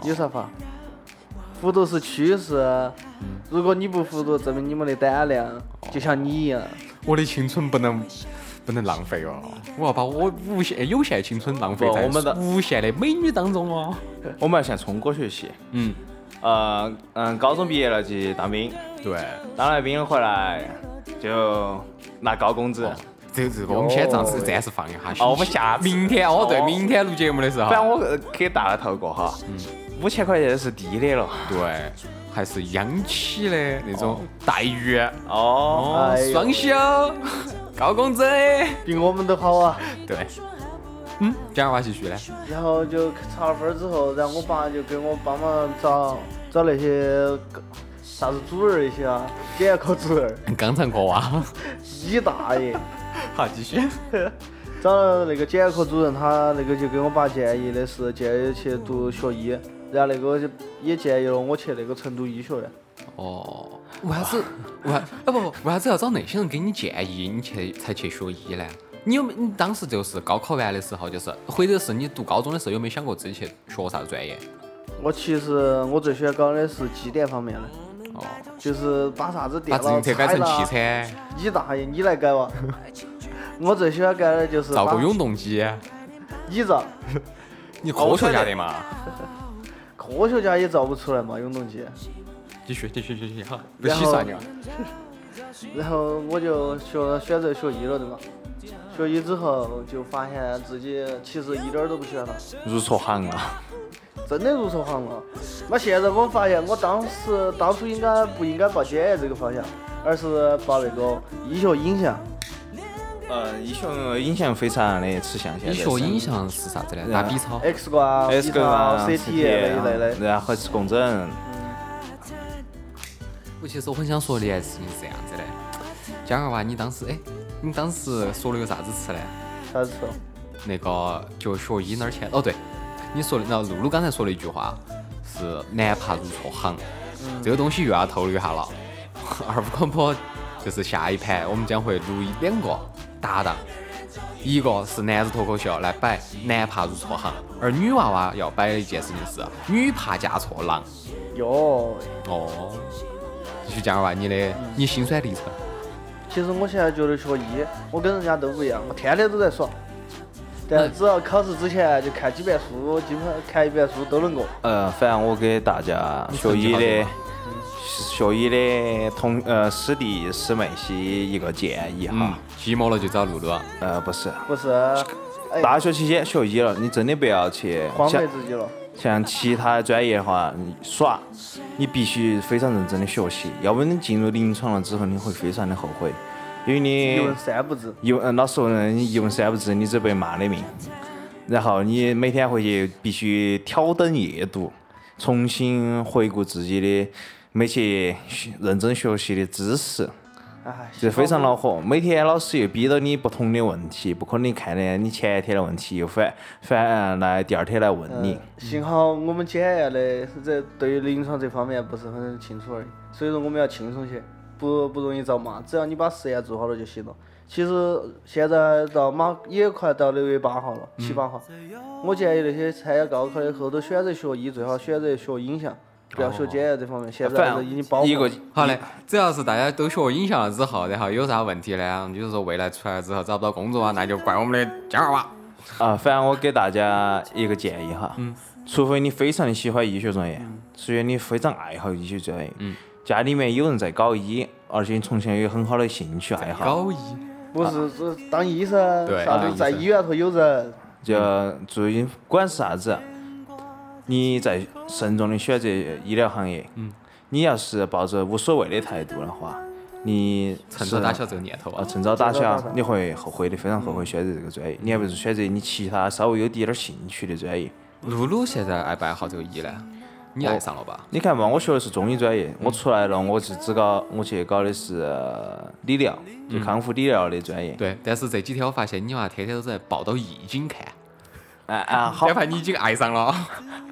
有啥法？复读是趋势，啊嗯如果你不复读，证明你没得胆量，就像你一样。我的青春不能不能浪费哦，我要把我无限有限青春浪费不在我们的无限的美女当中哦。我们要向聪哥学习。嗯，呃嗯，高中毕业了去当兵， 对，当了兵回来就拿高工哦资。这这个我们先暂时暂时放一下。哦我们下次明天哦，对，哦明天录节目的时候反，正我呃给大家透过哈，五千块钱是低的了。对，还是央企的那种待遇哦，哦哎，呦双休，高工资，比我们都好啊！对。嗯，讲完继续呢。然后就查了分儿之后，然后我爸就给我帮忙找找那些个啥子主任一些啊，检验科主任，肛肠科娃，你 大爷！好，继 续。找了那个检验科主任，他那个就给我爸建议的是建议去读学医，然后那个就也建议了我去那个成都医学院。哦，为啥子？为啥？哎不不，为啥子要找那些人给你建议，你去才去学医呢？你有没？你当时就是高考完的时候，就是或者是你读高中的时候，有没有想过自己去学啥子专业？我其实我最喜欢搞的是机电方面的，哦，就是把啥子把电自脑行车改拆成了汽啊，车，你大爷，你来改哇！ 我最喜欢干的就是造把个永动机，你造，你科学家的嘛？科学家也造不出来嘛，永动机。继续继续继续，好，不然洗后算了。 然后我就学选择学医了，对吧？学医之后就发现自己其实一点儿都不喜欢它，入错行了。真的入错行了。那现在我发现，我当时当初应该不应该报检验这个方向，而是报那个医学影像。嗯，医学影像非常的吃香。现你在学是影像是啥子呢？打 B 超。 X 光啊、B S 超光啊、啊 CT 那一类的。然后是共振。哎我其实我很想说的一件事情是这样子的，江二娃，你当时哎，你当时说了有啥子词呢？啥子？那个就学医那儿去。哦，对，你说的那露露刚才说了一句话，是男怕入错行，这个东西又要透露一下了。 二五广播就是下一盘，我们将会录一两个搭档，一个是男子脱口秀来摆男怕入错行，而女娃娃要摆的一件事情是女怕嫁错郎。哟，哦，继续讲二娃，你的你心酸历程。其实我现在觉得学医，我跟人家都不一样，我天天都在耍。嗯但只要考试之前就看几遍书，基本上看一遍书都能过。呃，反正我给大家学医的学医的同呃师弟师妹些一个建议嗯哈，，寂寞了就找露露。呃不是，不是，哎，大学期间学医了，你真的不要去荒像废自己了。像其他专业的话，你耍你必须非常认真的学习，要不然你进入临床了之后你会非常的后悔，因为你一问三不知。一问嗯老师呃问你一问三不知，你只被骂的命。然后你每天回去必须挑灯夜读，重新回顾自己的每节学认真学习的知识，哎，这非常恼火。每天老师又逼到你不同的问题，不可能看的你前一天的问题又反反而来第二天来问你嗯。幸好我们检验的这对于临床这方面不是很清楚而已，所以说我们要轻松些，不不容易遭骂。只要你把实验做好了就行了。其实现在到马也快到六月八号了，七八号，我建议那些参加高考的后头选择学医，最好选择学影哦像，不要学检验这方面。现在反还正是已经包一个括好嘞，只要是大家都学影像了之后，然后有啥问题呢？就是说未来出来之后找不到工作啊，那就怪我们的江二娃。啊，反正我给大家一个建议哈，嗯除非你非常的喜欢医学专业，除非你非常爱好医学专业，嗯家里面有人在搞医，而且你从小有很好的兴趣爱好，高一，不是是当医生，啊对啥当都医在生医院头有人。就注意不管是啥子，啊你在慎重的选择医疗行业，嗯你要是抱着无所谓的态度的话，你趁是早打消这个念头啊！啊，趁早打趁早打消消，你会后悔的，非常后悔选择这个专业，你还不如选择你其他稍微有滴点儿兴趣的专业。露露现在爱不爱好这个医呢？你爱上了吧？你看嘛，我学的是中医专业，我出来了，我去只搞，我去搞的是呃理疗，就康复理疗的专业。对，但是这几天我发现你娃天天都在报到易经看，啊啊，好哪怕你已经爱上了。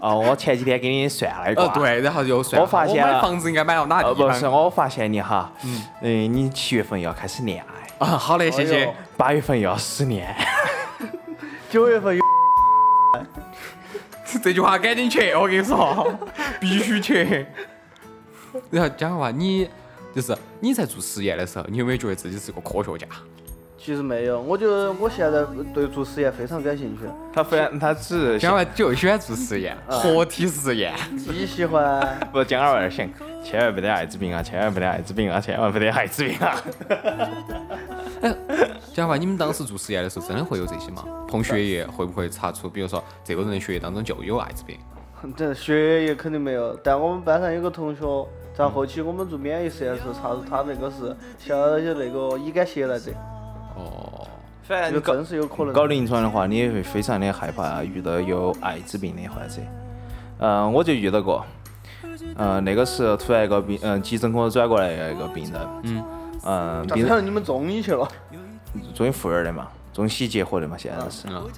哦，我前几天给你算了一卦。哦，。对，然后又算我发现我买了房子应该买到哪个呃，地不方？是，我发现你哈，嗯，你七月份要开始恋爱，啊， 好嘞，谢哎谢呦。八月份又要失恋，九月份有， 这句话赶紧去，我跟你说， 必须 去。然后讲的话，你就是你在做实验的时候，你有没有觉得自己是个科学家？其实没有，我觉得我现在对做实验非常感兴趣， 他非然他只是讲想完就喜欢做实验，嗯活体实验。极喜欢。不讲二万想，千万不得艾滋病啊，千万不得艾滋病啊，千万不得艾滋病啊。讲话，你们当时做实验的时候，真的会有这些吗？碰血液会不会查出，比如说这个人的血液当中就有艾滋病？ 这学业肯定没有，但我们班上有个同学，在后期我们做免疫实验时候查出他那个是小有那个乙肝携带者，哦， 反这个真是有可能。哎搞临床的话，你也会非常的害怕啊遇到有艾滋病的患者。嗯、我就遇到过。嗯、那个时候突然一个病，嗯、急诊科转过来一个病人，嗯，嗯、咋病人到你们中医去了？中医妇儿的嘛，中西结合的嘛，现在是，嗯，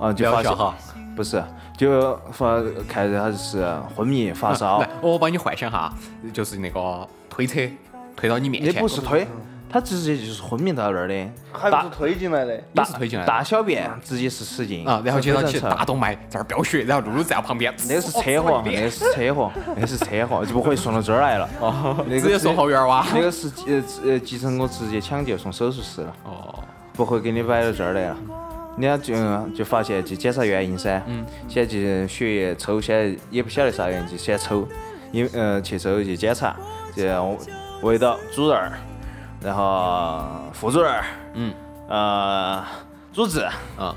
嗯，就疗发效烧哈， 不是，就发看着他就是昏迷发烧来，，哎我帮你幻想哈，就是那个推车推到你面也前，不是推，他直接就是昏迷到那儿的，还不大是推进来的？也大是推进来的大小便直接是使劲啊，然后接到非常起扯大动脉这儿飙血，然后露露站旁边，那是车哦 祸，那是车祸，那是车祸，就不会送到这儿来了。哦，那个直接送后院儿哇 那个是呃呃，急诊我直接抢救送手术室了，哦，不会给你摆到这儿来了。人家就就发现就检查原因噻，嗯，先去血液抽，先也不晓得啥原因，就先抽，因为呃去抽去检查，就呃我围到主任儿，然后副主任儿，嗯，呃，主治、啊，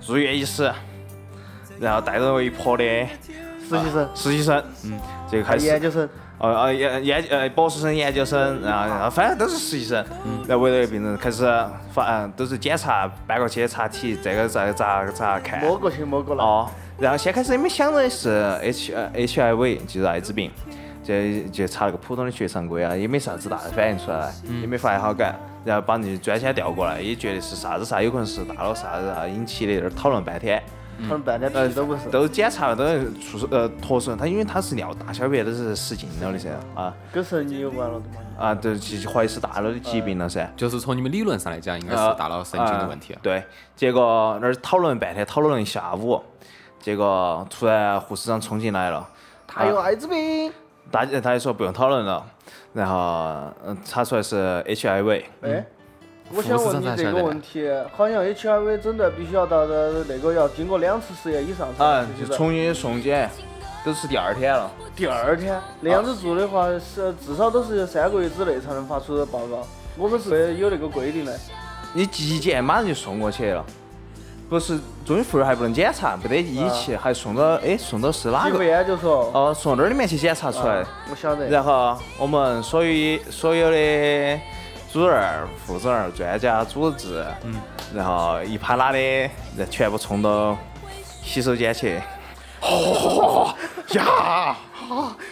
住院医师，然后带着我一坨的实习生、实习生，嗯，就开始哎研，究生，呃呃研研呃博士生、研究生，然后然嗯后反正都是实习生，然后围着一个病人开始发，嗯，都是检查，搬过去查体，这个咋咋咋看，摸过去摸过来，哦，然后先开始你们想的是 H 呃 HIV 就是艾滋病，就就查了个普通的血常规啊，也没啥子大的反应出来，嗯也没发现好感，然后把那专家调过来，也觉得是啥子啥，有可能是大脑啥子啥引起的，在那儿讨论半天。他们半天嗯屁都不是。都检查了，都出呃脱水，他因为他是尿大小便都是失禁了的噻，啊跟神经有关了的嘛？啊，都其实怀疑是大脑的疾病了噻。就是从你们理论上来讲，应该是呃大脑神经的问题啊呃。对，结果那儿讨论半天，讨论了一下午，结果突然护士长冲进来了，他有啊艾滋病，大家他就说不用讨论了，然后嗯查出来是 HIV，哎。我想问你这个问题，好像 HIV 诊断必须要到的那个要经过两次实验以上才啊能，就确诊重新送检，都是第二天了。第二天那样子做的话，是至少都是三个月之内才能发出报告。我们是有那个规定的，你急检马上就送过去了，不是中医妇儿还不能检查，没得仪器，还送到哎送到是哪几个个？研就说，哦，送到那儿里面去检查出来。啊我晓得，然后我们所有所有的主任、副主任、专家、主治，嗯然后一趴拉的，然后全部冲到洗手间去。呀，哦哦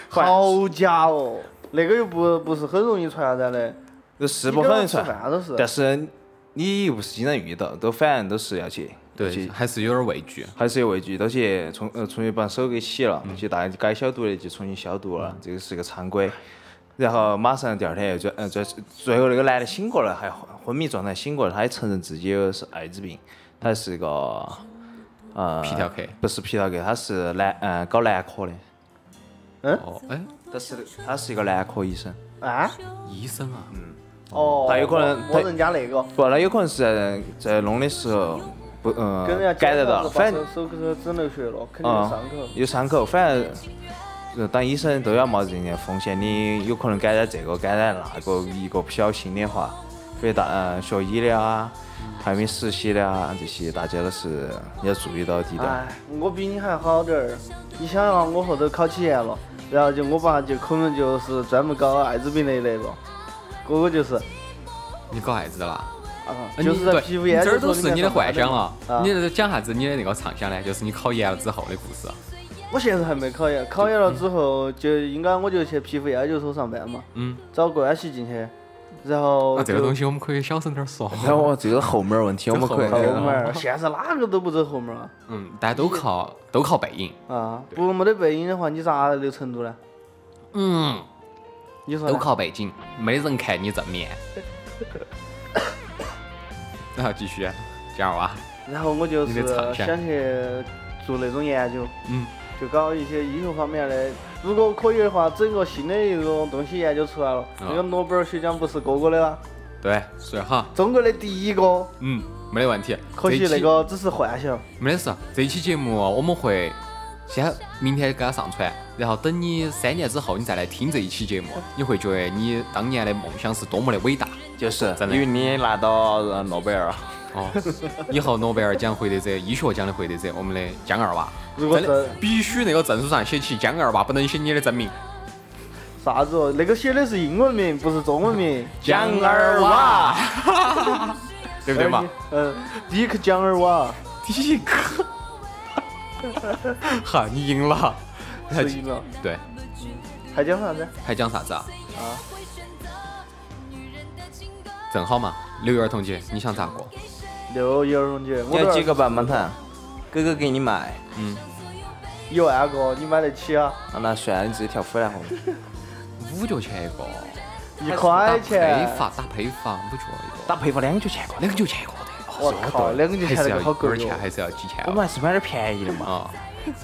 好家哦伙，那个又不不是很容易传染的，这是不很一个人吃饭都是但是你又不是经常遇到，都反正都是要去对，去还是有点畏惧。还是有畏惧，都去重呃重新把手给洗了，就大家该消毒的就重新消毒了，这个是个常规。然后马上第二天又转呃转，最后那个男的醒过来，还昏昏迷状态醒过来，他也承认自己有是艾滋病，他是个呃皮条客不是皮条客，他是男嗯搞男科的，哦，哎，他是他是一个男科医生，啊？医生啊，哦，他有可能我他人家那个不，他有可能是在在弄的时候不嗯跟人家感染到了，反正正手手整流血了，肯定有啊，伤口。有伤口，反正呃当医生都要冒着人家风险，你有可能感染这个感染那个，一个不小心的话，所以大呃学医的啊，还没实习的啊，这些大家都是要注意到滴的。哎，我比你还好点儿。你想啊，我后头考起研了，然后就我爸就可能就是专门搞艾滋病的那个，哥哥就是，你搞啥子的啦？啊，哎就你是在对皮肤研你究这儿所都里是面你的找到幻想了啊。你在这讲啥子你的那个畅想呢？就是你考研了之后的故事。啊我现在还没考研，考研了之后就应该我就去皮肤研究所上班嘛，嗯，找关系进去，然后那这个就东西我们可以小声点儿说。然后我这个后门儿问题，我们可以这后后门儿，现在哪个都不走后门儿嗯，但都靠都靠背影，啊！啊，不没得背影的话，你咋留成都呢？嗯，你说呢都靠背景，没人看你正面。然后继续，加二娃，然后我就你是得藏一下想去做那种研究，嗯，就搞一些医学方面的。如果可以的话，整个新的一种东西研究出来了。啊那个诺贝尔学奖不是哥哥的啦，对，是哈，中国的第一个，嗯，没得问题。可惜这一期那个只是幻想。没得事，这一期节目我们会先明天给它上传，然后等你三年之后你再来听这一期节目，你会觉得你当年的梦想是多么的伟大就是真的因为你拿到呃诺贝尔了，哦！ 以后诺贝尔奖获得者、医学奖的获得者，我们的江二娃，如果真的是必须那个证书上写起江二娃，不能写你的真名。啥子？哦？那个写的是英文名，不是中文名。 江二娃，对不对 嘛？嗯，迪克江二娃，第一个，哈，你赢了，是一个，对，还讲啥子？还讲啥子啊？啊，正好嘛，六一儿童节，你想咋过？六一儿童节，你我要都几个棒棒糖，哥哥给你买，嗯，一万个，你买得起啊？啊那算了，你自己跳虎来红。五角钱一个，一块钱打配。发打配发五角一个，打配方两角钱一个，两角钱一个的。我靠两角钱还是那要个好啊一贵哦点钱，还是要几千我哦。们还是买点便宜的嘛，啊，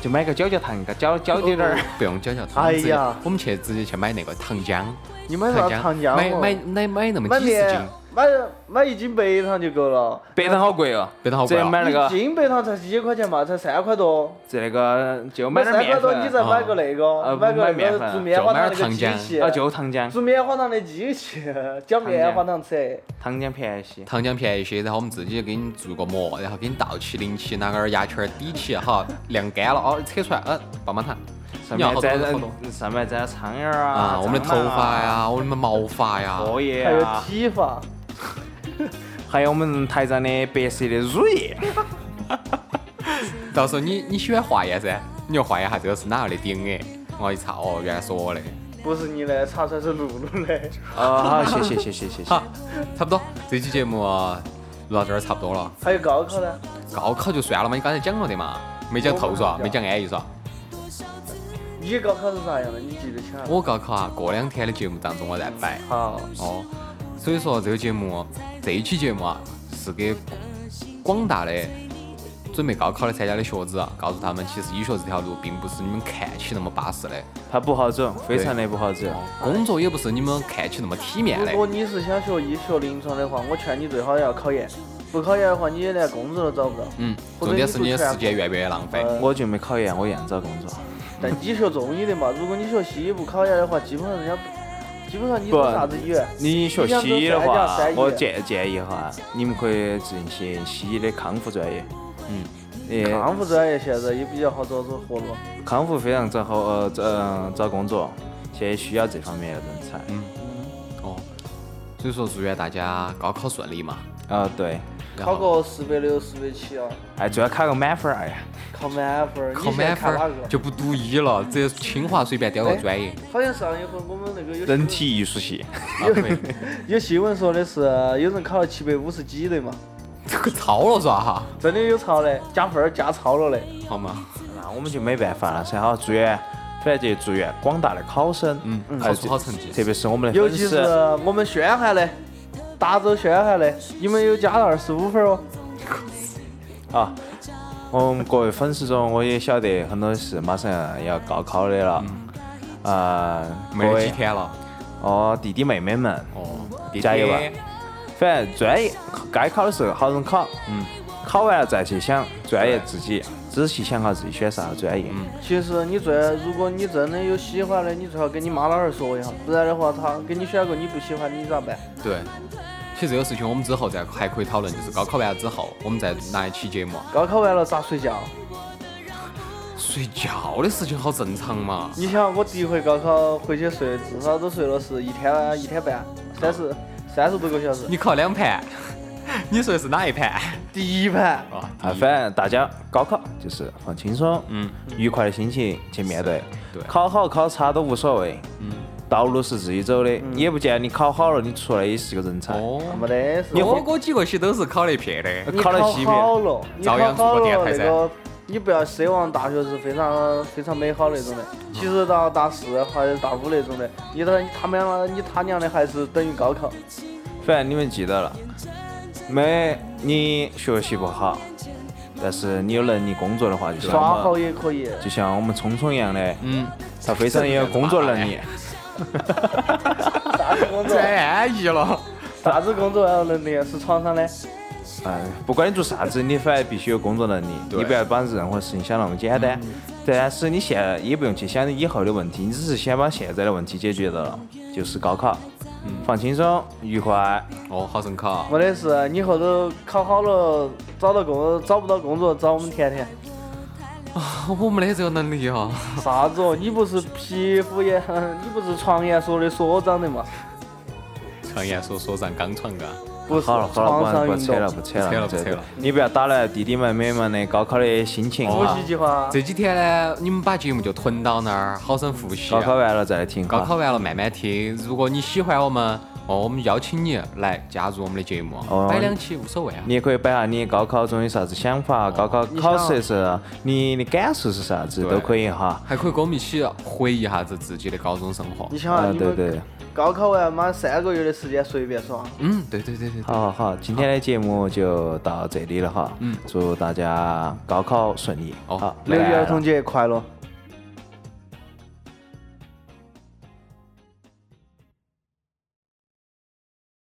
就买个角角糖，给搅搅点点儿。不用讲讲，哎直接呀我们去直接去买那个糖浆，你买啥糖浆买哦买买买那么买啊几十面斤，买买一斤白糖就够了，白糖好贵哦，白糖好贵啊这买那个一斤白糖才几块钱嘛，才三块多。这那个就买点三块面多，你粉，再买个那哦个，呃啊买不个买那面个粉做棉花糖那就买点个机糖浆器，啊就糖浆，做棉花糖的机器， 搅棉花糖扯。糖浆便宜些。糖浆便宜些，然后我们自己给你做个膜，然后给你倒起、淋起，拿根牙签儿抵起，好晾干了，哦，扯出来，嗯，棒棒糖。上你要面好多好多沾上面沾苍蝇儿啊，我们的头发啊呀，我们的毛发呀蟑螂啊、，荷叶还有啊，体罚，还有我们台长的白色的乳 液。到时候你你喜欢化验噻，你就化验下这个是哪个的 DNA。我一查，哦，原来是我的。不是你的，查出来是露露的。 哦，好，谢谢谢谢谢谢好。，啊差不多，这期节目啊录到这儿差不多了。还有高考呢，高考就算了嘛，你刚才讲了的嘛，没讲透是吧？没讲安逸是吧？你高考是啥样的？你记得起来吗？我高考啊，过两天的节目当中我再摆。好，哦，所以说这个节目，啊这一期节目啊，是给广大的准备高考的参加的学子啊，告诉他们，其实医学这条路并不是你们看起那么巴适的，哦它不好走，非常的不好走。工作也不是你们看起那么体面的如。果你是想学医学临床的话，我劝你最好要考研。不考研的话，你连工作都找不到。嗯，重点是你的时间越来越浪费。呃我就没考研，我一样找工作。但你学中医的嘛，如果你学西医不考研的话，基本上人家不基本上你走啥子医院，你学西医的你想话走三甲三，甲我建建议哈，你们可以进行西医的康复专业。嗯，呃，康复专业现在也比较好找找活路。康复非常找好呃找嗯找工作，现在需要这方面的人才。哦，所以说祝愿大家高考顺利嘛。啊，对，然考后个四百六、四百七啊，哎，最好考个满分儿，哎呀，考满分儿。考你现在满分看哪儿个？就不读医了，直接清华随便雕个专业。好像上一回我们那个有人体艺术系。啊对，有新闻说的是有人考了七百五十几的嘛，这个超了是吧？哈，真的有超的，加分儿加超了的。好嘛，那我们就没办法了噻，好，祝愿，反正就祝愿广大的考生，嗯，还考有出好成绩。特别是我们的尤粉其丝是，我们宣汉的，达州宣汉的，你们有加二十五分哦。啊，我们各位粉丝中，我也晓得很多是马上要高考的了，嗯啊、没各得位几天了。哦，弟弟妹妹们，哦，加油吧弟弟反正专业该考的时候好生考，嗯，考完了再去想专业自己，仔细想好自己选啥个专业。嗯其实你最，如果你真的有喜欢的，你最好跟你妈老汉儿说一下，不然的话，他给你选个你不喜欢，你咋办？对，其实这个事情我们之后再还可以讨论，就是高考完了之后，我们再拿一期节目。高考完了咋睡觉？睡觉的事情好正常嘛。你想，我第一回高考回去睡，至少都睡了是一天一天半，三十三十多个小时。你考两盘， 你说的是哪一盘？第一盘，啊，啊，反正大家高考就是放轻松，嗯，愉快的心情去面对，对考好考差都无所谓，嗯，道路是自己走的，也不见得你考好了，你出来也是个人才，哦，没得事。我我几个系都是考了一撇的，你考考了几遍好了，你照考样好做了个电台那噻个，你不要奢望大学是非常非常美好那种的。嗯其实到大四或者大五那种的，你他他们俩你他娘的还是等于高考。反正你们记得了，没你学习不好，但是你有能力工作的话，就像耍我好们也可以，就像我们聪聪一样的，嗯，他非常有工作能力，啥子工作？转安逸了。啥子工作要能力？是床上的。嗯，不管你做啥子，你反正必须有工作能力，你不要把任何事情想那么简嗯单。但是你现在也不用去想以后的问题，你只是先把现在的问题解决掉了，就是高考，嗯放轻松，愉快。哦，好生考。没得事，你后头考好了，找到工找不到工作，找我们甜甜。我没得这个能力哦。啥子哦？你不是皮肤研， 你不是床研所的所长的嘛？常言说所长刚闯岗，不是好了好了，床上不不运扯了动。不扯了不扯了这不扯了你不要打乱弟弟们妹们的高考的心情复哦啊！习计划。这几天呢，你们把节目就囤到那儿，好生复习。啊高考完了再来听哈。高考完了慢慢听。如果你喜欢我们，哦，我们邀请你来加入我们的节目，哦摆两期无所谓啊。你也可以摆下你高考中有啥子想法，高考你考想试的时候你的感受是啥子对都可以哈。还可以跟我们一起回忆一下子自己的高中生活你。想啊，啊，你对们对，高考完妈三个月的时间随便耍，嗯，对对对对对，好好好，今天的节目就到这里了哈。嗯，祝大家高考顺利。哦好，六一拜拜儿了童节快乐。